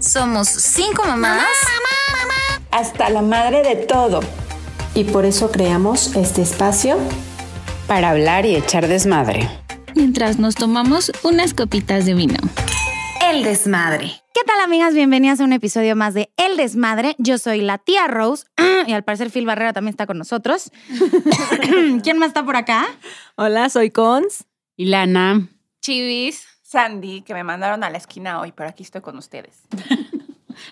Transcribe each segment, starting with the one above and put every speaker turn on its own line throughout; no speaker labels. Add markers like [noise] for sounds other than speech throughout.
Somos cinco mamás.
hasta la madre de todo.
Y por eso creamos este espacio
para hablar y echar desmadre.
mientras nos tomamos unas copitas de vino.
El desmadre.
¿Qué tal, amigas? Bienvenidas a un episodio más de El Desmadre. Yo soy la tía Rose [clears throat] y al parecer Phil Barrera también está con nosotros. [clears throat] ¿Quién más está por acá?
Hola, soy Cons.
Ilana,
Chivis.
Sandy, que me mandaron a la esquina hoy, pero aquí estoy con ustedes.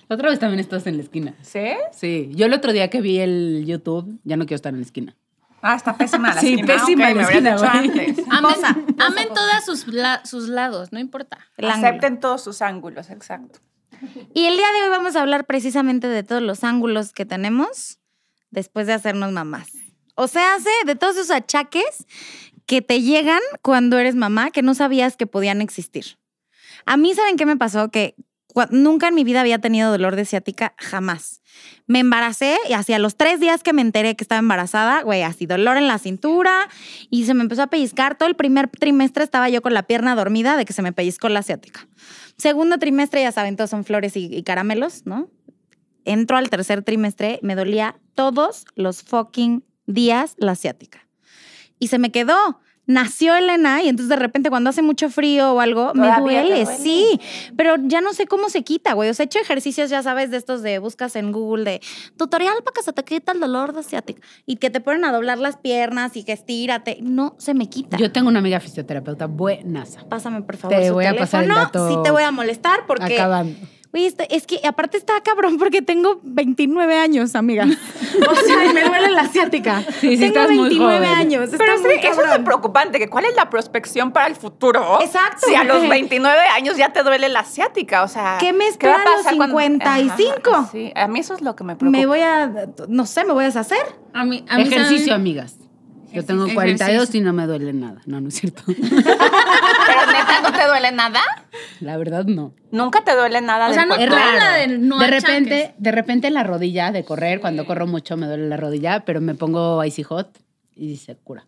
la otra vez también estás en la esquina.
¿Sí?
Sí, yo el otro día que vi el YouTube, ya no quiero estar en la esquina.
Ah, está pésima la
Sí,
esquina.
pésima
ok,
la
me habrías
esquina,
dicho
güey.
antes.
Amen, amen todas sus, la- sus lados, no importa.
El ángulo.
Acepten todos sus ángulos, exacto.
Y el día de hoy vamos a hablar precisamente de todos los ángulos que tenemos después de hacernos mamás. O sea, hace de todos esos achaques que te llegan cuando eres mamá que no sabías que podían existir. A mí, ¿saben qué me pasó? Que cua- nunca en mi vida había tenido dolor de ciática, jamás. Me embaracé y hacia los tres días que me enteré que estaba embarazada, güey, así dolor en la cintura y se me empezó a pellizcar. Todo el primer trimestre estaba yo con la pierna dormida de que se me pellizcó la ciática. Segundo trimestre, ya saben, todos son flores y, y caramelos, ¿no? Entro al tercer trimestre, me dolía todos los fucking días la asiática. Y se me quedó. Nació Elena y entonces de repente cuando hace mucho frío o algo, me
Todavía
duele,
te duele.
sí, pero ya no sé cómo se quita, güey. O sea, he hecho ejercicios, ya sabes, de estos de buscas en Google de tutorial para que se te quita el dolor de asiática y que te ponen a doblar las piernas y que estírate. No se me quita.
Yo tengo una amiga fisioterapeuta buenaza.
Pásame, por favor,
Te
su
voy a pasar el
teléfono.
dato
Sí te voy a molestar porque...
Acabando.
Güey, esto- es que aparte está cabrón porque tengo 29
[laughs]
años, amiga. O sea, y me duele la asiática.
sí,
tengo
estás muy
29
joven.
años. Está
Pero sí,
muy
eso es lo
cabrón.
preocupante, que cuál es la prospección para el futuro.
Exacto,
Si a los
güey.
29 años ya te duele la asiática, o sea...
¿Qué me
va a
espera a los
pasar cuando-
55?
Ajá, sí, a mí eso es lo que me preocupa.
me voy a, no sé, me voy a deshacer.
A mí, a mí
Ejercicio,
¿saben?
amigas. Yo tengo
Ejercicio.
42 y no me duele nada. No, no es [laughs] cierto.
Pero neta, ¿no te duele nada?
La verdad, no.
Nunca te duele nada
O
del
sea, no
Es
cuerpo?
duele
raro.
la de no
repente,
achaques.
de repente la rodilla de correr, cuando corro mucho me duele la rodilla, pero me pongo Icy Hot y se cura.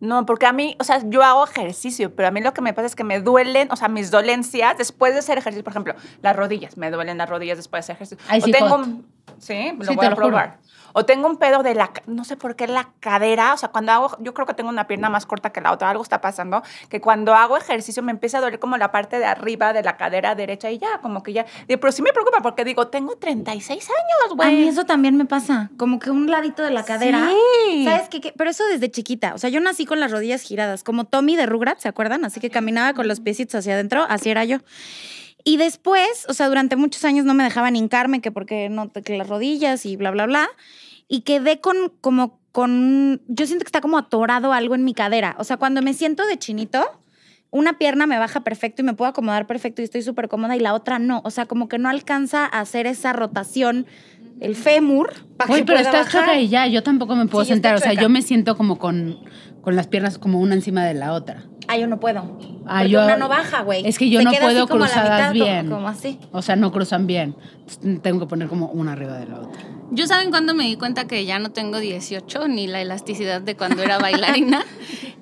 No, porque a mí, o sea, yo hago ejercicio, pero a mí lo que me pasa es que me duelen, o sea, mis dolencias después de hacer ejercicio, por ejemplo, las rodillas, me duelen las rodillas después de hacer ejercicio.
Ay,
o
sí,
tengo,
hot.
un- sí, lo
Sí,
voy
te
a
lo juro.
probar. O tengo un pedo de la, ca- no sé por qué la cadera, o sea, cuando hago, yo creo que tengo una pierna más corta que la otra, algo está pasando, que cuando hago ejercicio me empieza a doler como la parte de arriba de la cadera derecha y ya, como que ya, y- pero sí me preocupa porque digo, tengo 36 años, güey.
A mí eso también me pasa, como que un ladito de la cadera.
Sí.
¿Sabes qué, qué? Pero eso desde chiquita. O sea, yo nací con las rodillas giradas, como Tommy de Rugrats, ¿se acuerdan? Así que caminaba con los piecitos hacia adentro, así era yo. Y después, o sea, durante muchos años no me dejaban hincarme, que porque no, que las rodillas y bla, bla, bla. Y quedé con, como, con, yo siento que está como atorado algo en mi cadera. O sea, cuando me siento de chinito, una pierna me baja perfecto y me puedo acomodar perfecto y estoy súper cómoda y la otra no. O sea, como que no alcanza a hacer esa rotación, el fémur. para
Uy,
que
pero
pueda
estás
bajar.
chueca y ya, yo tampoco me puedo
Sí,
sentar. O
estoy
sea,
chueca.
yo me siento como con, con las piernas como una encima de la otra.
Ah, yo no puedo.
Ah,
Porque
yo-
una no baja, güey.
es que yo
Se
no
queda
puedo
así como a la
cruzadas
mitad, como-
bien.
Como, así.
O sea, no cruzan bien. Entonces, Tengo que poner como una arriba de la otra.
Yo saben cuando me di cuenta que ya no tengo 18 ni la elasticidad de cuando
[laughs]
era bailarina.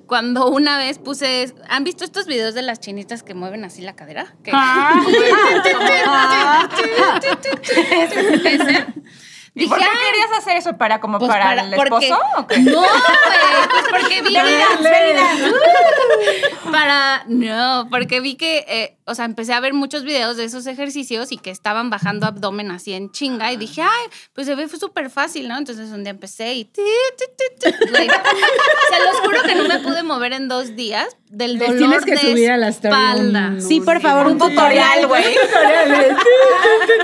cuando una vez puse, ¿han visto estos videos de las chinitas que mueven así la cadera? Que-
Ah.
[laughs] Ese.
¿Y por qué
Dije, "Ah,
querías hacer eso? ¿Para como
Pues
para,
para-
el
porque-
esposo? o qué?
No, güey, pues porque vi [laughs] para no, porque vi que, eh, o sea, empecé a ver muchos videos de esos ejercicios y que estaban bajando abdomen así en chinga y dije, ay, pues se ve súper fácil, ¿no? Entonces un día empecé y ti, ti, ti,
[laughs]
ti, güey. se los juro que no me pude mover en dos días del
Les
dolor
tienes que
de
subir a la story
espalda.
un-
Sí, por favor,
Un tutorial, güey.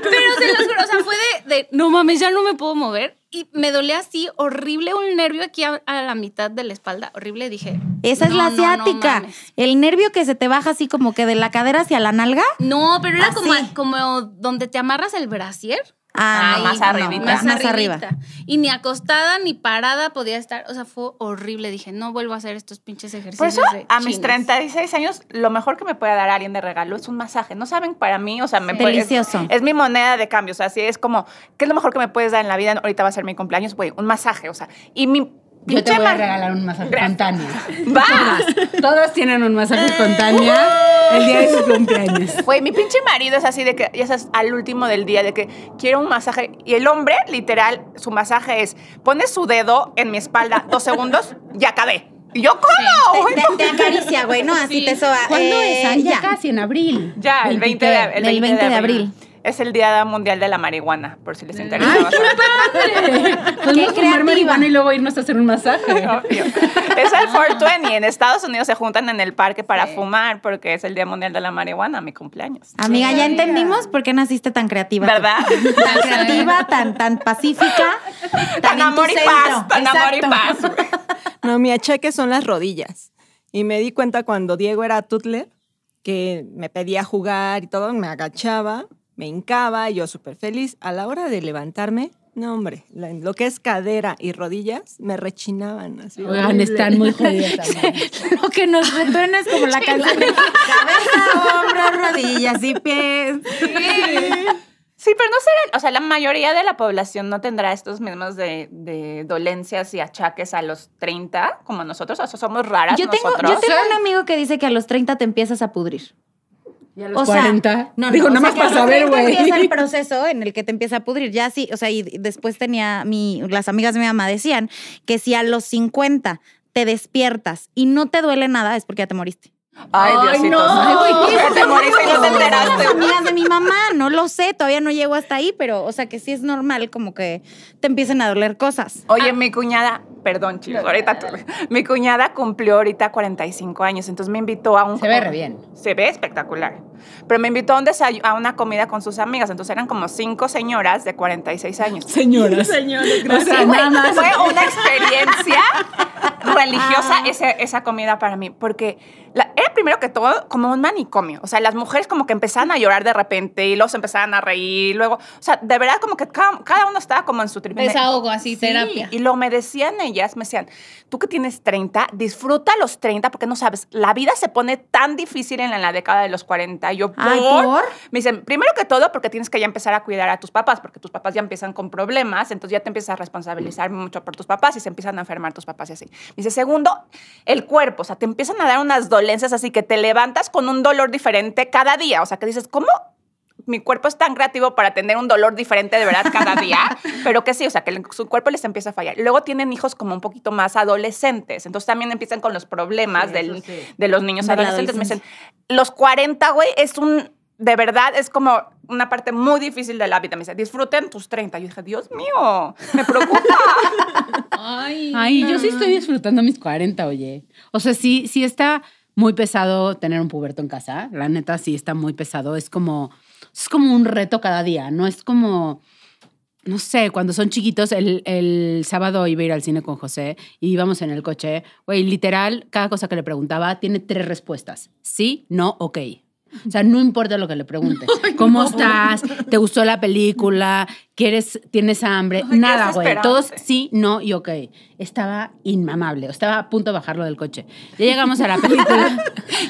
Pero se los juro, o sea, fue de, de, no mames, ya no me puedo mover. Y me dolía así horrible un nervio aquí a, a la mitad de la espalda. Horrible, dije.
Esa es
"No,
la
no, no
asiática.
mames".
el nervio que se te baja así como que de la cadera hacia la nalga.
No, pero era
Así.
como, como donde te amarras el brasier.
Ah,
Ah,
no,
más
no,
arribita.
Más,
más
arriba.
arriba.
Y ni acostada ni parada podía estar. O sea, fue horrible. Dije, no vuelvo a hacer estos pinches ejercicios.
Por eso,
de
a mis
chinos".
36 años, lo mejor que me puede dar alguien de regalo es un masaje. No saben, para mí, o sea, me
Sí.
puede- es-
Delicioso.
Es, mi moneda de cambio. O sea, así es como, ¿qué es lo mejor que me puedes dar en la vida? Ahorita va a ser mi cumpleaños, güey, un masaje, o sea. Y mi
Yo te voy a
Mar-
regalar un masaje con Tania.
¡Va!
Todas, todas tienen un masaje
Eh,
con Tania
uh-huh.
el día de su cumpleaños.
Güey, mi pinche marido es así de que, ya sabes, al último del día, de que quiero un masaje. Y el hombre, literal, su masaje es, pone su dedo en mi espalda dos segundos y acabé. Y yo, ¿cómo?
Te, te- te acaricia, güey, ¿no? Así te soba.
¿Cuándo
Eh,
es? Ay, ya,
ya.
casi en abril.
Ya, el 20 de, el
del 20 de
Es el Día Mundial de la Marihuana, por si les interesa.
[laughs] Podemos fumar
creativa.
marihuana y luego irnos a hacer un masaje.
Obvio. Es el 420. En Estados Unidos se juntan en el parque para fumar porque es el Día Mundial de la Marihuana, mi cumpleaños.
Amiga, ya entendimos por qué naciste tan creativa. tú. [laughs]
¿Verdad?
Tan creativa, tan, tan pacífica.
Tan
en tu
amor y
centro.
paz, tan amor y paz.
Exacto.
No, mi achaque son las rodillas. Y me di cuenta cuando Diego era tutler, que me pedía jugar y todo, me agachaba, me hincaba, y yo súper feliz. A la hora de levantarme, no, hombre, la- lo que es cadera y rodillas me rechinaban. Así,
Oigan,
horrible.
están muy jodidas [laughs] también.
Lo que nos retuena es como la canción de cabeza, hombro, rodillas y pies.
Sí, pero no será, o sea, la mayoría de la población no tendrá estos mismos de, de dolencias y achaques a los 30 como nosotros, o sea, somos raras
Yo tengo,
nosotros.
yo tengo un amigo que dice que a los 30 te empiezas a pudrir.
Y a los 40.
[laughs]
Digo,
o
nada más
sea, que a
para
los
saber,
30
güey. [laughs]
Empieza el proceso en el que te empieza a pudrir. Ya sí, o sea, y después tenía mi, las amigas de mi mamá decían que si a los 50 te despiertas y no te duele nada es porque ya te moriste.
Ay, Diosito.
Ay,
santo.
güey,
Ya te moriste y no te enteraste.
Las amigas de mi mamá, no lo sé, todavía no llego hasta ahí, pero o sea que sí es normal como que te empiecen a doler cosas.
Oye, mi cuñada, perdón, chicos, ahorita tú. Mi cuñada cumplió ahorita 45 años, entonces me invitó a un.
Se ve re bien.
Se ve espectacular. Pero me invitó a, un desayu- a una comida con sus amigas, entonces eran como cinco señoras de 46 años.
[laughs] Señoras. Señores, gracias. O sea, nada más.
Fue una experiencia religiosa
Ah.
esa, esa comida para mí, porque la- era primero que todo como un manicomio. O sea, las mujeres como que empezaban a llorar de repente y luego se empezaban a reír. Luego, o sea, de verdad como que cada, cada uno estaba como en su tribuna.
Desahogo, así, terapia.
Y lo me decían ellas, me decían, tú que tienes 30, disfruta los 30 porque no sabes, la vida se pone tan difícil en la, en la década de los 40. Yo,
Ay, ¿por?
Me dicen, primero que todo porque tienes que ya empezar a cuidar a tus papás, porque tus papás ya empiezan con problemas, entonces ya te empiezas a responsabilizar mucho por tus papás y se empiezan a enfermar tus papás y así. Me dice, segundo, el cuerpo, o sea, te empiezan a dar unas dolencias así que te levantas con un dolor diferente cada día, o sea, que dices, ¿cómo? mi cuerpo es tan creativo para tener un dolor diferente de verdad cada [laughs] día, pero que sí, o sea, que el- su cuerpo les empieza a fallar. Luego tienen hijos como un poquito más adolescentes, entonces también empiezan con los problemas del- de los niños
De la
adolescentes. Me dicen, los 40, güey, es un, de verdad, es como una parte muy difícil de la vida. Me dicen, disfruten tus 30. Yo dije, Dios [laughs] mío, me preocupa.
Ay,
[laughs] Ay, yo sí
no.
estoy disfrutando mis 40, oye. O sea, sí, sí está muy pesado tener un puberto en casa. La neta, sí está muy pesado. Es como, es como un reto cada día. No es como, no sé, cuando son chiquitos, el, el sábado iba a ir al cine con José y íbamos en el coche. Güey, literal, cada cosa que le preguntaba tiene tres respuestas. Sí, no, ok. O sea, no importa lo que le
[laughs]
pregunte. ¿Cómo estás? ¿Te gustó la película? ¿Quieres, tienes hambre?
Ay,
Nada, güey.
desesperante.
Todos sí, no y ok. Estaba inmamable. Estaba a punto de bajarlo del coche. Ya llegamos a la
[laughs]
película.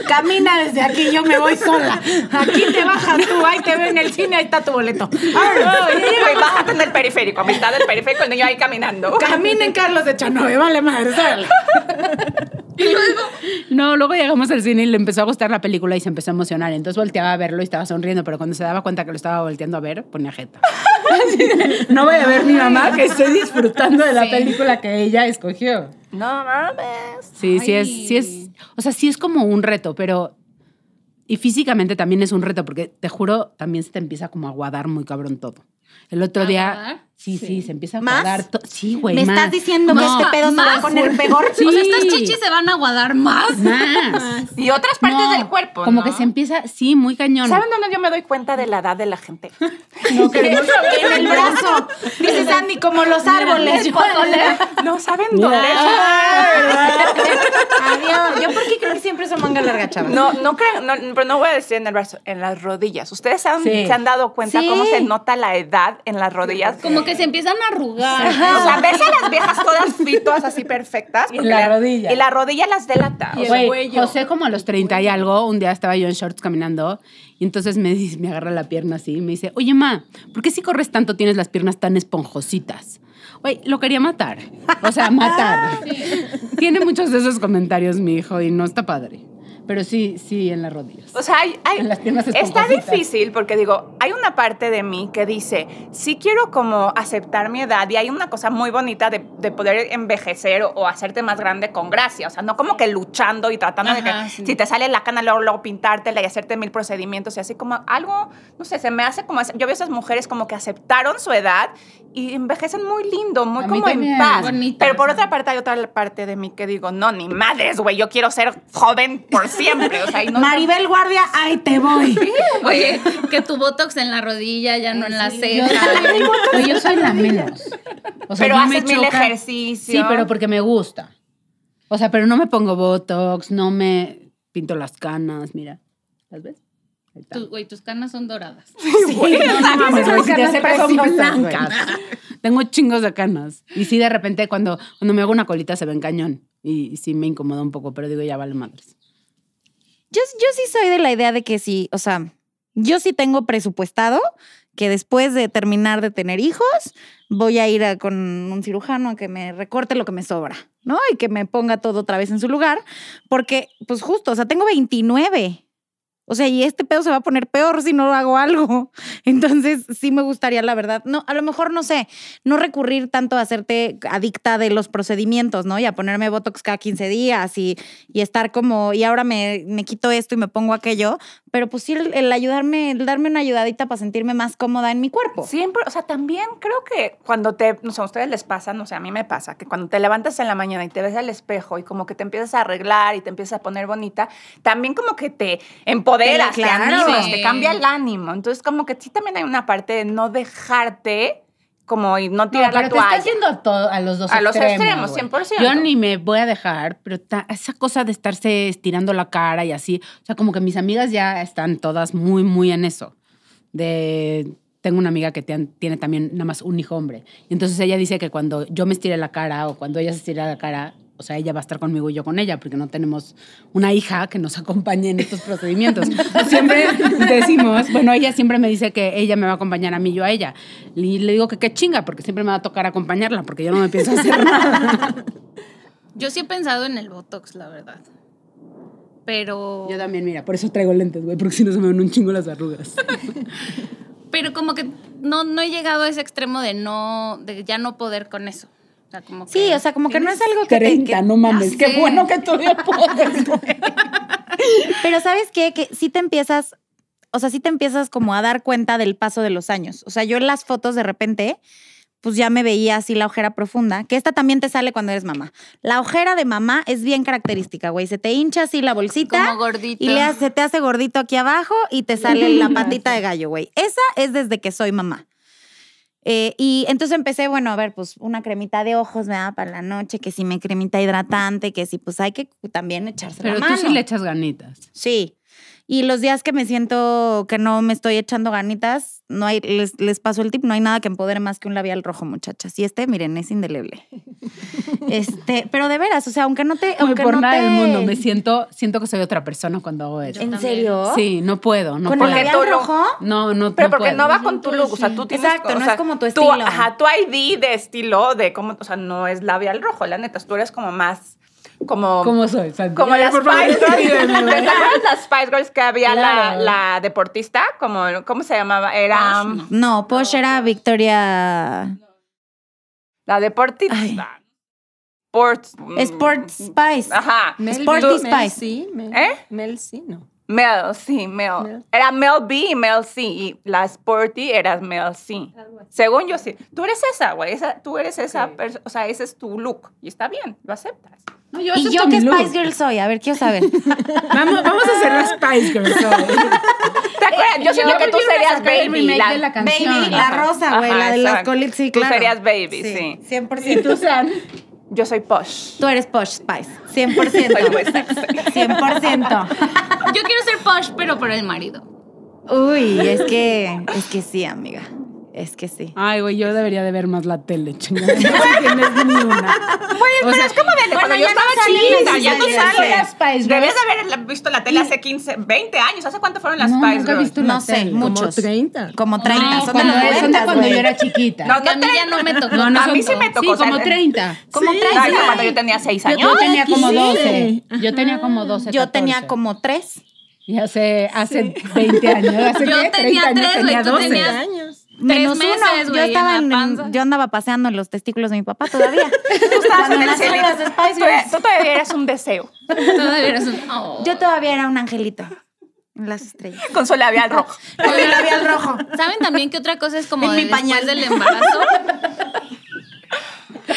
Camina desde aquí, yo me voy sola. Aquí te bajas tú, ahí te veo en el cine, ahí está tu boleto.
Güey, bájate en el periférico, a mitad del periférico, el niño ahí caminando.
Caminen Carlos de Chanove, vale madre, sale.
No, luego llegamos al cine y le empezó a gustar la película y se empezó a emocionar. Entonces volteaba a verlo y estaba sonriendo, pero cuando se daba cuenta que lo estaba volteando a ver, ponía jeta. Así de, [laughs] no vaya a ver mi mamá que estoy disfrutando de la película que ella escogió.
[laughs] No mames.
Sí, sí es, sí es, o sea, sí es como un reto, pero y físicamente también es un reto porque te juro también se te empieza como a aguadar muy cabrón todo. El otro día,
¿Aguadar?
sí, sí, se empieza a
¿Más?
aguadar. to- Sí, güey.
¿Me
más.
estás diciendo que
No,
este pedo se va a poner
[laughs]
peor?
Sí.
O sea, estas chichis se van a aguadar
[laughs]
[laughs]
más.
más.
Y otras partes
No,
del cuerpo.
Como
¿no?
que se empieza, sí, muy cañón.
¿Saben dónde yo me doy cuenta de la edad de la [laughs] gente?
En el brazo. Dice Sandy, como los árboles. Yo-
No saben
Mira.
[laughs] Adiós. Yo porque creo que siempre son manga larga, chaval.
No, no creo, no, pero no voy a decir en el brazo, en las rodillas. Ustedes han-
Sí.
se han dado cuenta
Sí.
cómo se nota la edad debilidad en las rodillas.
Como que se empiezan a arrugar.
O sea, ves a las viejas todas fitas, así perfectas. porque
la rodilla.
Y la rodilla las delata. o sea,
Ah, Güey, José como a los 30 y algo, un día estaba yo en shorts caminando y entonces me, dice- me agarra la pierna así y me dice, oye, ma, ¿por qué si corres tanto tienes las piernas tan esponjositas? Güey, lo quería matar. O sea, matar. Tiene muchos de esos comentarios mi hijo y no está padre. Pero sí, sí, en las rodillas.
O sea, hay- hay-
En las piernas
está
esponjositas.
difícil porque digo, hay una parte de mí que dice, sí quiero como aceptar mi edad y hay una cosa muy bonita de, de poder envejecer o, o hacerte más grande con gracia, o sea, no como que luchando y tratando de
Ajá,
que
sí.
si te sale la cana luego, luego pintártela y hacerte mil procedimientos y así como algo, no sé, se me hace como, yo veo a esas mujeres como que aceptaron su edad y envejecen muy lindo, muy
A mí
como
también,
en paz.
bonitas.
Pero por otra parte hay otra parte de mí que digo, no, ni madres, güey, yo quiero ser joven por siempre, o sea, y no
Maribel Guardia, ahí te voy.
Oye,
[laughs]
que tu botox en la rodilla, ya no en la
Yo,
ceja.
Güey, yo soy la menos. O sea,
pero
no me
haces mil
choca.
ejercicio.
Sí, pero porque me gusta. O sea, pero no me pongo botox, no me pinto las canas, mira. ¿Las ves? Ahí está.
Tu- Güey, tus canas son doradas.
[laughs]
No mames, güey, si te
canas
acercas son
preciosas, güey.
blancas. Tengo chingos de canas. Y sí, de repente, cuando, cuando me hago una colita, se ven cañón. Y, y sí me incomoda un poco, pero digo, ya vale madres.
Yo, yo sí soy de la idea de que sí, o sea, yo sí tengo presupuestado que después de terminar de tener hijos, voy a ir a- con un cirujano a que me recorte lo que me sobra, ¿no? Y que me ponga todo otra vez en su lugar, porque, pues justo, o sea, tengo 29. O sea, y este pedo se va a poner peor si no hago algo. [laughs] Entonces, sí me gustaría, la verdad, no, a lo mejor, no sé, no recurrir tanto a hacerte adicta de los procedimientos, ¿no? Y a ponerme Botox cada 15 días y y estar como, y ahora me, me quito esto y me pongo aquello, pero pues sí, el, el ayudarme, el darme una ayudadita para sentirme más cómoda en mi cuerpo.
Siempre, o sea, también creo que cuando te, no sé, a ustedes les pasa, no sé, a mí me pasa, que cuando te levantas en la mañana y te ves al espejo y como que te empiezas a arreglar y te empiezas a poner bonita, también como que te empoderas, te,
Claro.
animas,
Sí.
te cambia el ánimo. Entonces, como que sí también hay una parte de no dejarte como y no tirar la
pero te estás
toalla.
yendo a, todo- a los dos
A los
extremos,
extremos,
güey.
100%.
Yo ni me voy a dejar, pero ta- esa cosa de estarse estirando la cara y así, o sea, como que mis amigas ya están todas muy, muy en eso. De, tengo una amiga que tian- tiene también nada más un hijo hombre. Y entonces ella dice que cuando yo me estire la cara o cuando ella se estire la cara, o sea, ella va a estar conmigo y yo con ella, porque no tenemos una hija que nos [laughs] acompañe en estos [laughs] procedimientos. siempre decimos, bueno, ella siempre me dice que ella me va a acompañar a mí, yo a ella. Y le digo que qué chinga, porque siempre me va a tocar acompañarla, porque yo no me pienso hacer nada.
Yo sí he pensado en el botox, la verdad. Pero.
[laughs] Yo también, mira, por eso traigo lentes, güey, porque si no se me ven un chingo las [laughs] arrugas.
Pero como que no, no he llegado a ese extremo de no, de ya no poder con eso. O sea, como que-
Sí, o sea, como que no es algo que, te-
30,
que-
no mames,
ya
qué
sé.
bueno que tú le pones, güey.
pero ¿sabes qué? Que sí te empiezas, o sea, sí te empiezas como a dar cuenta del paso de los años. O sea, yo en las fotos de repente, pues ya me veía así la ojera profunda, que esta también te sale cuando eres mamá. La ojera de mamá es bien característica, güey. Se te hincha así la bolsita.
Como gordito.
Y le hace, se te hace gordito aquí abajo y te sale
[laughs]
la patita de gallo, güey. Esa es desde que soy mamá. Eh, y entonces empecé, bueno, a ver, pues una cremita de ojos, ¿verdad? Para la noche, que si me cremita hidratante, que si, pues hay que también echarse
Pero
la
tú
mano.
sí le echas ganitas.
Sí. Y los días que me siento que no me estoy echando ganitas, no hay, les, les paso el tip, no hay nada que empodere más que un labial rojo, muchachas. Y este, miren,
[laughs]
es indeleble. Este, pero de veras, o sea, aunque no te.
Güey,
aunque
por
no
nada
te-
del mundo, me siento, siento que soy otra persona cuando hago eso.
Yo
¿En
también.
serio?
Sí, no puedo, no
¿Con
puedo.
el
Porque
labial
tú lo-
rojo?
No, no,
Pero
no
porque
puedo.
no va con tu look, o sea, tú tienes...
Exacto,
o
no
sea,
es como tu
tú-
estilo.
ajá, tu ID de estilo, de cómo, o sea, no es labial rojo, la neta, tú eres como más... Como,
¿Cómo soy? Santi?
Como
Ay,
las
por favor,
Spice Girls.
escríbeme,
¿Te
güey.
acuerdas las Spice Girls que había
Claro.
la, la deportista? Como, ¿Cómo se llamaba? Era um,
No, Posh era Victoria
la deportista. Sports. mm,
Sport Spice.
Ajá.
Sporty
Tú-
Spice.
Sí, Mel,
¿Eh?
Mel sí, no.
Mel, sí, Mel.
Mel.
Era Mel B y Mel C. Y la Sporty era Mel C. Según yo, sí. Tú eres esa, güey. esa- tú eres esa persona. O sea, ese es tu look. Y está bien, lo aceptas.
No, yo
¿Y yo
acepto
qué
mi look.
Spice Girl soy? A ver, quiero saber.
Vamos, vamos a hacer las Spice
[laughs]
Girls. ¿no?
¿Te acuerdas? Yo siento que tú
prefiero
serías
sacar el
Baby.
remake de la canción.
Baby, la
Ajá.
rosa, güey,
Ajá,
la de las
exacto.
colitas, sí,
Tú
claro.
serías Baby, sí.
100%.
tú, San?
Yo soy Posh.
Tú eres Posh Spice.
Soy muy
100%.
sexy.
100%.
Yo quiero ser posh, pero por el marido.
Uy, es que, es que sí, amiga. Es que sí.
Ay, güey, yo debería de ver más la tele, chingada. No tienes ni una. O sea,
Bueno, cuando yo
ya no
estaba
salen
chiquita,
las
ya no
Spice
sale.
Girls. Spice Girls.
Debes de haber visto la tele hace 15, 20 años. ¿Hace cuánto fueron las
No,
Spice
nunca he
Girls?
visto una
No sé,
tele.
muchos.
30.
Como
No,
30. son de
cuando,
los
son de
90,
cuando yo
güey.
era chiquita.
No,
Porque a mí ya no me tocó.
No, no
a
son
mí sí me
todos.
tocó, o
Sí,
sea,
como 30.
Como
Ay, no,
30.
cuando yo tenía 6
Yo,
años.
tenía como 12.
15.
Yo tenía como 12.
Yo tenía
14.
como 3.
Y hace, hace 20 años. Hace
Yo
¿qué? 30
tenía
años,
tres, güey,
tenía
tú
12.
tenías-
años.
Menos uno.
meses, güey,
yo
en
estaba
la
en-
panza.
yo andaba paseando en los testículos de mi papá
[laughs]
todavía.
Tú estabas en
Cuando
el
nacieron
cielo.
las Spice
Tú-
Girls.
Tú todavía eras un deseo.
Todavía eres un- Oh.
Yo todavía era un angelito. en Las estrellas.
Con su labial rojo.
Oigan, ¿Saben también que otra cosa es como
En
de
mi
después
pañal.
del embarazo?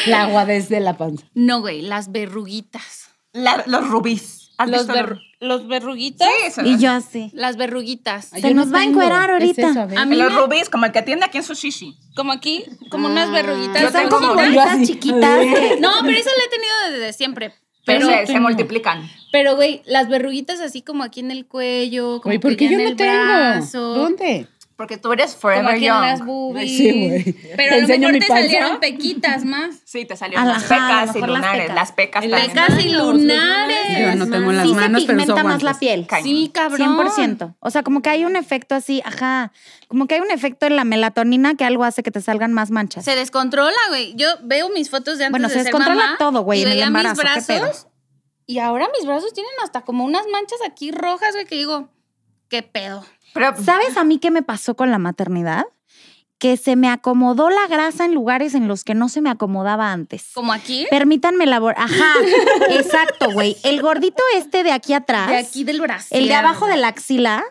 El agua desde la panza.
No, güey, las verruguitas.
La- los rubíes. ¿Has
Los,
visto
ver-
los-
los verruguitas.
Sí, eso.
Y yo así.
Las verruguitas.
Ah,
Se nos va a encuerar ahorita.
A mí
Los
me-
rubíes, como el que tiene aquí en su shishi.
como aquí, como
Ah.
unas verruguitas.
Que son como
bonitas.
yo
bolitas
así.
chiquitas.
[laughs]
que-
No, pero eso lo he tenido desde siempre.
Pero
Pero,
se, se multiplican.
pero güey, las verruguitas así como aquí en el cuello, como
Güey, ¿por
que
qué
ya
yo
en
no
el
tengo?
brazo,
¿Dónde?
Porque tú eres
como
forever
aquí en las
young.
boobies.
Sí, güey.
pero
¿Te
a lo
enseño
mejor
mi
te
panza?
salieron pequitas más.
Sí, te salieron
Ajá,
las
a lo
pecas y
mejor las
lunares.
pecas.
Las pecas también.
Pecas y
Yo
lunares.
no tengo en las
sí
manos,
se
pero
pigmenta
son
más la
guantes.
piel.
Cañón.
Sí, cabrón.
100%. O sea, como que hay un efecto así, ajá. Como que hay un efecto en la melatonina que algo hace que te salgan más manchas.
Se descontrola, güey. Yo veo mis fotos de antes
Bueno,
de
se
ser
descontrola
mamá
todo, güey,
y
en el
veía mis
embarazo, ¿qué pedo?
brazos, Y ahora mis brazos tienen hasta como unas manchas aquí rojas, güey, que digo, qué pedo.
Pero
¿Sabes a mí qué me pasó con la maternidad? Que se me acomodó la grasa en lugares en los que no se me acomodaba antes.
Como aquí,
Permítanme elaborar.
[laughs]
Ajá, exacto, güey. El gordito este de aquí atrás,
de aquí del brazo.
el de abajo de la axila,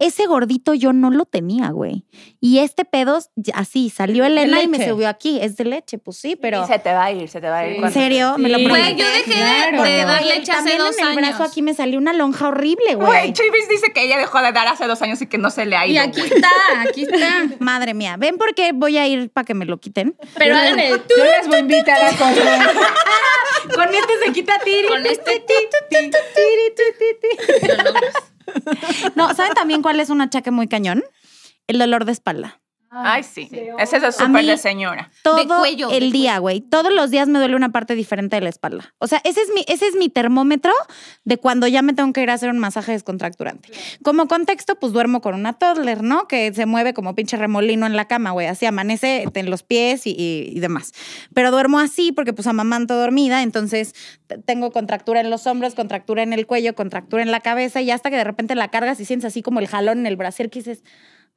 ese gordito yo no lo tenía, güey. Y este pedo, ya- así, salió Elena y me
leche.
subió aquí. Es de leche, pues sí, pero.
y se te va a ir, se te va a ir.
¿En
cuando-
serio? Me lo
Sí.
prometí.
Güey, yo dejé de-
Claro.
de dar
Oye,
leche hace
también
dos
en el
años.
brazo aquí me salió una lonja horrible,
Güey,
güey.
Chivis dice que ella dejó de dar hace dos años y que no se le ha ido.
y aquí
güey.
está, aquí está.
[laughs] Madre mía, ven por qué voy a ir para que me lo quiten.
Pero hagan el
Yo las voy a invitar a comer.
Con este se quita tiri.
con este ti, lo logras.
No, ¿saben también cuál es un achaque muy cañón? El dolor de espalda.
[laughs] Ay, sí. Ese es
A
súper
mí-
de señora.
Todo
cuello, de
el día, güey. Todos los días me duele una parte diferente de la espalda. O sea, ese es mi, ese es mi termómetro de cuando ya me tengo que ir a hacer un masaje descontracturante. Como contexto, pues duermo con una toddler, ¿no? Que se mueve como pinche remolino en la cama, güey. Así amanece en los pies y, y- y demás. Pero duermo así porque pues amamanto dormida, entonces t- tengo contractura en los hombros, contractura en el cuello, contractura en la cabeza y hasta que de repente la cargas y sientes así como el jalón en el brasier que dices...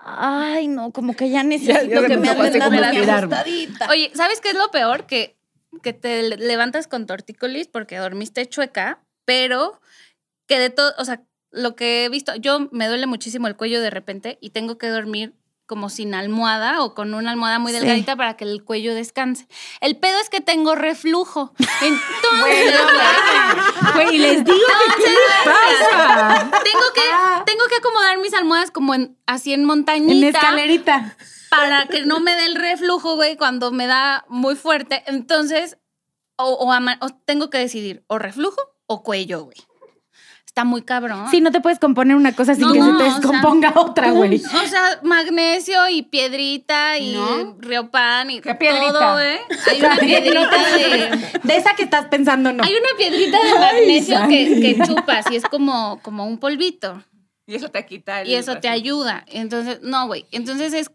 Ay, no, como que ya necesito
ya
que
me
me anden
tocaste
dando
como
una
estirarme.
ajustadita.
Oye, ¿sabes qué es lo peor? Que, que te le- levantas con tortícolis porque dormiste chueca, pero que de todo, o sea, lo que he visto, yo me duele muchísimo el cuello de repente y tengo que dormir como sin almohada o con una almohada muy
Sí.
delgadita para que el cuello descanse. El pedo es que tengo reflujo. Entonces, [laughs]
Güey, les digo que ¿qué les pasa.
tengo que tengo que acomodar mis almohadas como en, así en
En
montañita
escalerita.
para que no me dé el reflujo, güey, cuando me da muy fuerte. Entonces, o, o ama- o tengo que decidir o reflujo o cuello, güey. Está muy cabrón.
Sí, no te puedes componer una cosa así
Ah. No,
que
no,
se
o
te
sea,
Descomponga otra, güey.
O sea, magnesio y piedrita y riopan y
¿Qué piedrita?
todo, ¿eh? Hay una piedrita de...
De esa que estás pensando, no.
Hay una piedrita de magnesio que, que chupas y es como, como un polvito.
Y eso te quita el.
y eso te ayuda. Entonces, no, güey. Entonces es.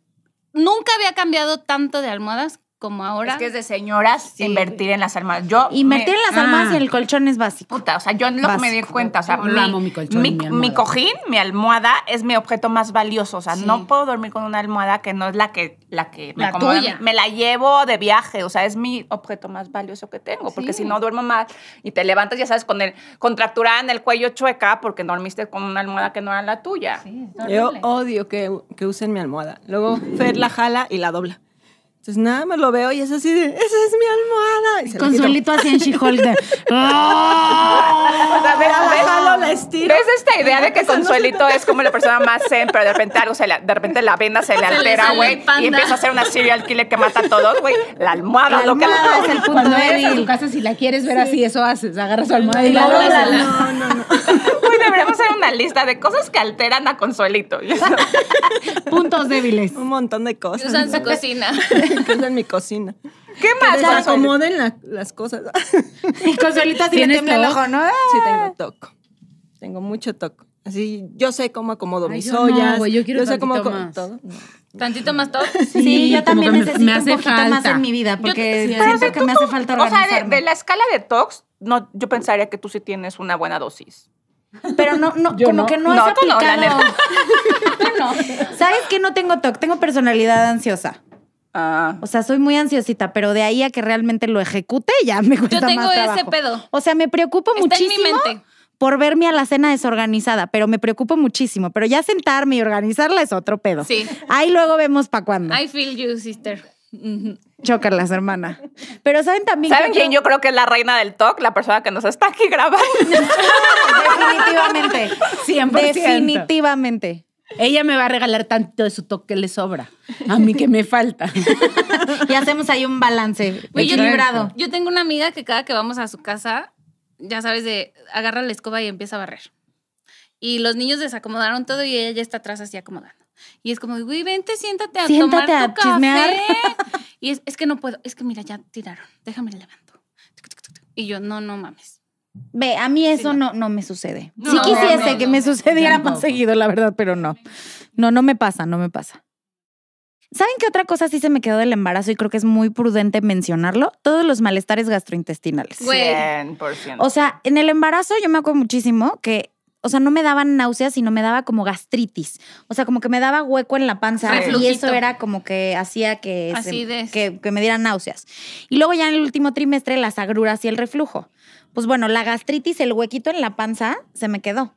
Nunca había cambiado tanto de almohadas como ahora.
Es que es de señoras invertir en las almas. Yo.
Invertir
me-
en las almas
Ah.
y el colchón es
[laughs]
básico.
Puta, o sea, yo lo que me di
Básico.
cuenta, o sea,
Yo "Oh, lo amo, mi colchón y mi almohada.
cojín, mi almohada es mi objeto más valioso, o sea,
Sí.
no puedo dormir con una almohada que no es la que la que me
La
acomoda.
tuya.
me la llevo de viaje, o sea, es mi objeto más valioso que tengo, porque si no duermo mal y te levantas ya sabes con el contracturada en el cuello chueca porque dormiste con una almohada que no era la tuya.
Yo odio que, que usen mi almohada. Luego Fer la jala y la dobla. Entonces nada más lo veo y es así de, esa es mi almohada. Y se la quito.
Consuelito así en She-Hulk de,
¡Ah!
O sea, ¿ves,
La
ves-
jalo, la estiro.
ves esta idea de que Consuelito es como la persona más zen, pero de repente algo se le- de repente la venda se le
le
altera,
sale el
güey,
panda.
y empieza a ser una serial killer que mata a todos, güey. La almohada,
La
lo que
almohada es el
[laughs]
punto
Cuando vayas a tu
débil.
casa, si la quieres ver así, eso haces. Agarras su almohada y
Y la
la
doblas
doblas.
a la-
No, no, no.
Güey, deberíamos hacer una lista de cosas que alteran a Consuelito.
punto
puntos débiles.
Un montón de cosas.
[laughs]
Usan su
[laughs]
cocina.
Incluso en mi cocina. ¿Qué
Ah,
más? Que desacomoden la- las cosas. [laughs]
Y Consuelita sí le
¿Tienes
tiembla el
todo?
ojo, ¿no?
Sí, tengo toco. Tengo mucho toco. Así, yo sé cómo acomodo
Ay,
mis
yo no,
ollas.
güey, yo quiero
sé cómo
tantito
acomodo
más.
todo.
Tantito más todo.
[laughs] Sí,
como que
yo también
me-
necesito
me hace
un poquito más
falta.
en mi vida, porque
sí,
siento que me hace falta
O sea, de,
organizarme.
de la escala de tox, no, yo pensaría que tú sí tienes una buena dosis.
Pero no, no,
Yo
como
no.
que no,
No,
has
tú no, la
aplicado. [laughs] ¿Sabes qué? No tengo TOC, tengo personalidad ansiosa.
Ah.
O sea, soy muy ansiosita, pero de ahí a que realmente lo ejecute ya me cuesta
Yo
más
tengo ese
trabajo.
pedo.
O sea, me preocupo
Está en mi
muchísimo
mente.
por verme a la cena desorganizada, pero me preocupo muchísimo. Pero ya sentarme y organizarla es otro pedo.
Sí.
Ahí luego vemos para cuándo.
I feel you, sister. Ujú.
Chócalas, hermana. Pero saben también
¿Saben
que
quién yo creo que es la reina del TOC? La persona que nos está aquí grabando.
[laughs]
definitivamente.
100%.
Definitivamente.
Ella me va a regalar tanto de su toque que le sobra. A mí que me falta.
Y hacemos ahí un balance
Güey, yo-
equilibrado.
Yo tengo una amiga que cada que vamos a su casa, ya sabes, de agarra la escoba y empieza a barrer. Y los niños desacomodaron todo y ella ya está atrás así acomodando. Y es como, güey, vente, siéntate a
Siéntate
tomar
a
tu café".
chismear.
[laughs] Y es, es que no puedo, es que mira, ya tiraron, déjame le levanto. Tuc, tuc, tuc, tuc. Y yo, no, no mames.
Ve, a mí eso
Sí,
no, no me sucede.
No,
sí quisiese
no, no,
que
no,
me
no.
sucediera
Tampoco.
más seguido, la verdad, pero no. No, no me pasa, no me pasa. ¿Saben qué otra cosa sí se me quedó del embarazo y creo que es muy prudente mencionarlo? Todos los malestares gastrointestinales.
Güey.
100%.
Pues, O sea, en el embarazo yo me acuerdo muchísimo que, o sea, no me daban náuseas, sino me daba como gastritis. O sea, como que me daba hueco en la panza y
Reflujito.
eso era como que hacía que, se-
Acidez.
que, que me dieran náuseas. Y luego ya en el último trimestre las agruras y el reflujo. Pues bueno, la gastritis, el huequito en la panza se me quedó.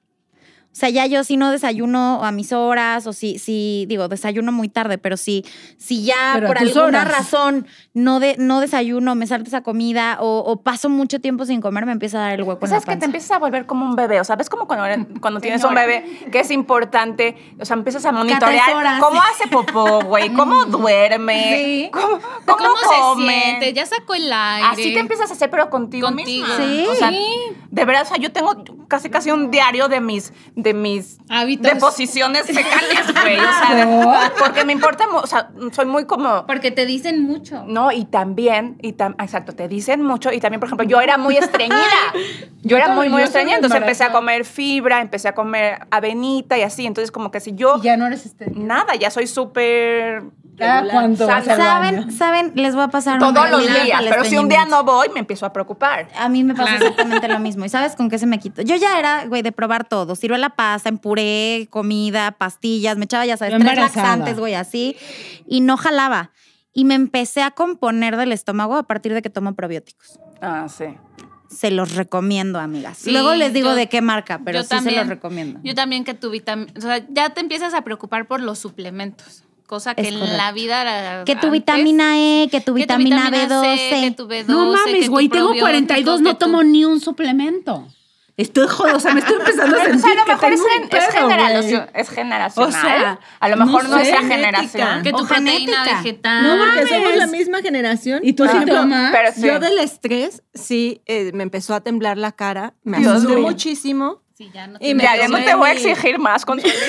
O sea, ya yo si no desayuno a mis horas, o si, si digo, desayuno muy tarde, pero si, si ya
Pero a
por
tus
alguna
horas.
razón no, de, no desayuno, me salto esa comida o, o paso mucho tiempo sin comer, me empieza a dar el hueco en la
Pues Sabes que
panza.
te empiezas a volver como un bebé, o sea, ves como cuando, eres- cuando tienes un bebé que es importante, o sea, empiezas a monitorear
atesoras.
cómo hace popó, güey, cómo duerme,
Sí.
cómo,
¿Cómo,
cómo
se
come.
siente? Ya sacó el aire.
Así te empiezas a hacer, pero contigo,
Contigo.
misma.
Sí.
O sea, de verdad, o sea, yo tengo casi casi un diario de mis, de mis
Hábitos.
deposiciones fecales, güey. O sea, de- porque me importa, mu- o sea, soy muy como.
Porque te dicen mucho.
No, y también, y tam- exacto, te dicen mucho, y también, por ejemplo, yo era
[laughs]
muy estreñida. yo era muy,
también,
muy
yo
estreñida,
soy
entonces empecé a
embarazada.
comer fibra, empecé a comer avenita y así, entonces como que si yo,
Y ya no eres este.
nada, ya soy súper...
Cada cuánto vas al
¿Saben?
baño.
¿Saben? Les voy a pasar
Todos
una
los
regla
días,
para el
pero si un día
estreñimiento.
no voy, me empiezo a preocupar.
A mí me pasa exactamente lo mismo. ¿Y sabes con qué se me quitó? Yo ya era, güey, de probar todo. Ciruela pasta, en puré, comida, pastillas. Me echaba, ya sabes,
Yo
tres
embarazada.
laxantes, güey, así. Y no jalaba. Y me empecé a componer del estómago a partir de que tomo probióticos.
Ah, sí.
Se los recomiendo, amigas.
Sí,
Luego les digo
yo-
de qué marca, pero
yo
sí se
también.
los recomiendo.
Yo también que tu vitamina, o sea, ya te empiezas a preocupar por los suplementos, cosa que
Es
en
correcto.
la vida era
que tu
antes.
vitamina E, que tu
Que
vitamina, B12.
C, que tu B12,
No
que
mames,
tu
güey, tengo
probiótico,
42,
que
no
tu-
tomo ni un suplemento. Estoy jodida, o sea, me estoy empezando a
Pero, o
sentir
sea, pues a lo
que
mejor es,
tengo un
gen- es
pedo,
generación,
güey.
es generacional.
O sea,
a lo
no
mejor no,
sé,
sea
genética.
generación.
que tu
o
proteína
genética.
vegetal.
No, porque somos la misma generación.
¿Y tú
Por
sí
ejemplo,
tomas?
Pero sí.
Yo del estrés, sí, eh, me empezó a temblar la cara. Me
Dios
asusté
mío.
muchísimo.
Sí, ya no
Y
te-
me
Ya, yo no te voy a
mi-
exigir más, Consuelita.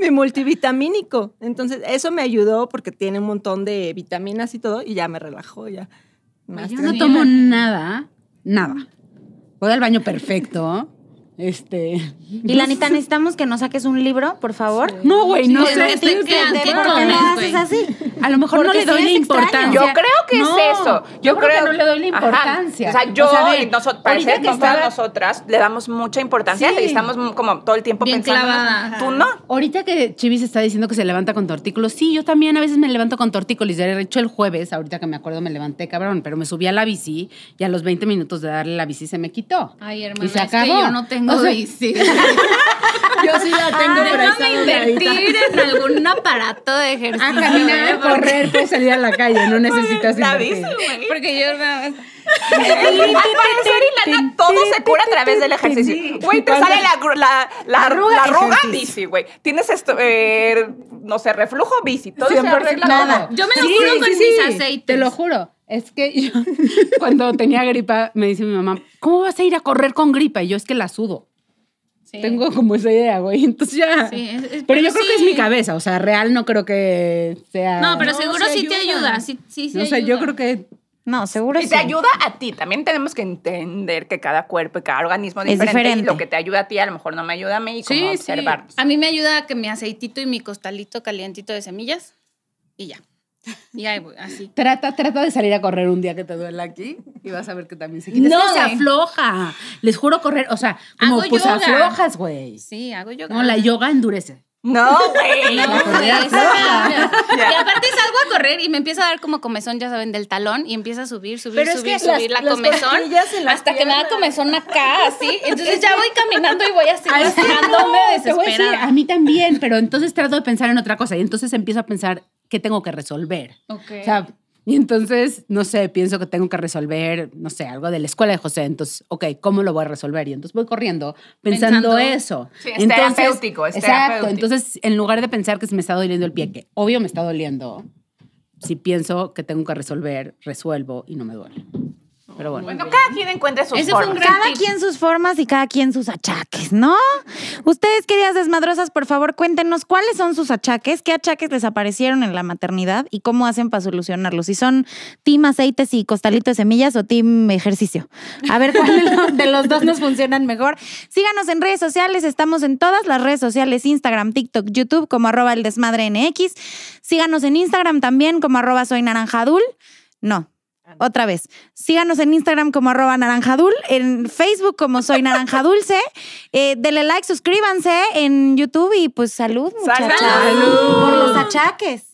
mi multivitamínico. Entonces, eso me ayudó porque tiene un montón de vitaminas y todo, y ya me relajó, ya. Más
Pues Yo no
tranquila.
tomo nada, nada. Voy al baño perfecto. Este.
Y Lanita, necesitamos que nos saques un libro, por favor.
No, güey, no
Sí,
sé.
es que
estoy
te-
encantada.
te-
¿Por qué
comes,
lo haces
güey?
así?
A lo mejor no
Porque
le
sí
doy
es
la
extraño.
importancia.
Yo creo que
No,
es eso. Yo, creo,
que no le doy la
Ajá.
importancia.
O sea, yo
a ver,
y nosotros,
ahorita que estaba-
nosotras, le damos mucha importancia
Sí.
y estamos mm, como todo el tiempo
Bien
pensando.
clavada.
Tú no.
Ahorita que Chivis está diciendo que se levanta con tortícolis, sí, yo también a veces me levanto con tortícolis. De hecho, el jueves, ahorita que me acuerdo, me levanté, cabrón, pero me subí a la bici y a los 20 minutos de darle la bici se me quitó.
Ay, hermana,
Y se
es que
acabó.
yo no tengo
O sea, [laughs]
bici.
Yo sí
Ah,
la tengo, pero ahí está
Déjame invertir [laughs] en algún aparato de ejercicio.
A caminar, a
güey, porque-
correr, puedes salir a la calle, no necesitas
La
invertir.
bici, güey.
Porque yo nada más-
Al parecer, Ilana, todo se cura a través del ejercicio. Güey, te sale la, gru- la, la,
Arruga,
la arruga
ejercicio.
bici, güey. Tienes esto, eh, no sé, reflujo bici. Todo se
100%
arregla
[laughs]
nada.
todo.
Yo me lo juro con mis aceites.
Te lo juro. Es que yo, [laughs] cuando tenía gripa, me dice mi mamá, ¿cómo vas a ir a correr con gripa? Y yo es que la sudo.
Sí.
Tengo como esa idea, güey. [laughs] Entonces ya.
Sí, es- es-
pero,
pero
yo creo que es
sí.
mi cabeza. O sea, real no creo que sea.
No, pero
No,
seguro
sí
sí te
ayuda.
ayuda. Sí, sí, sí
O sea, yo
ayuda.
creo que.
No, seguro
Y
sí.
te ayuda a ti. También tenemos que entender que cada cuerpo y cada organismo es
Es
diferente. Y
diferente.
lo que te ayuda a ti a lo mejor no me ayuda a mí y como
Sí, sí.
observar.
A mí me ayuda que mi aceitito y mi costalito calientito de semillas y ya. Y ahí voy, así.
Trata, trata de salir a correr un día que te duela aquí y vas a ver que también se quita.
No,
Es que se
güey.
afloja. Les juro correr. O sea, como
Hago
pues
yoga.
aflojas, güey.
Sí, hago yoga.
No, la yoga endurece.
No, güey.
No,
La correa
güey, [laughs] esa- Y aparte salgo a correr y me empieza a dar como comezón, ya saben, del talón y empieza a subir, subir,
Pero es
subir,
que las-
subir la
las
comezón.
cosquillas en las
hasta que me da
piernas.
comezón acá, así. Entonces ya voy caminando y voy así
No,
rastrándome
te voy a decir,
desesperada.
a mí también, pero entonces trato de pensar en otra cosa y entonces empiezo a pensar qué tengo que resolver. O sea, y entonces, no sé, pienso que tengo que resolver, no sé, algo de la escuela de José. Entonces, ok, ¿cómo lo voy a resolver? Y entonces voy corriendo pensando,
Pensando.
eso.
Sí, es
Entonces-
terapéutico, es
Exacto.
terapéutico.
Entonces, en lugar de pensar que se me está doliendo el pie, que obvio me está doliendo, si pienso que tengo que resolver, resuelvo y no me duele. Pero bueno.
Bueno, cada quien encuentra sus
Ese fue un
formas.
gran
Cada
tip.
quien sus formas y cada quien sus achaques, ¿no? Ustedes, queridas desmadrosas, por favor, cuéntenos cuáles son sus achaques, qué achaques les aparecieron en la maternidad y cómo hacen para solucionarlos. Si son team aceites y costalito de semillas o team ejercicio. A ver cuál de lo- de los dos nos funcionan mejor. Síganos en redes sociales, estamos en todas las redes sociales, Instagram, TikTok, YouTube, como arroba el desmadre NX. Síganos en Instagram también, como arroba soy naranjadul. Ah, No, otra vez. Síganos en Instagram como arroba naranjadul, en Facebook como soy naranja [laughs] dulce. Eh, denle like, suscríbanse en YouTube y pues salud, muchachas.
¡Salud!
Por los achaques.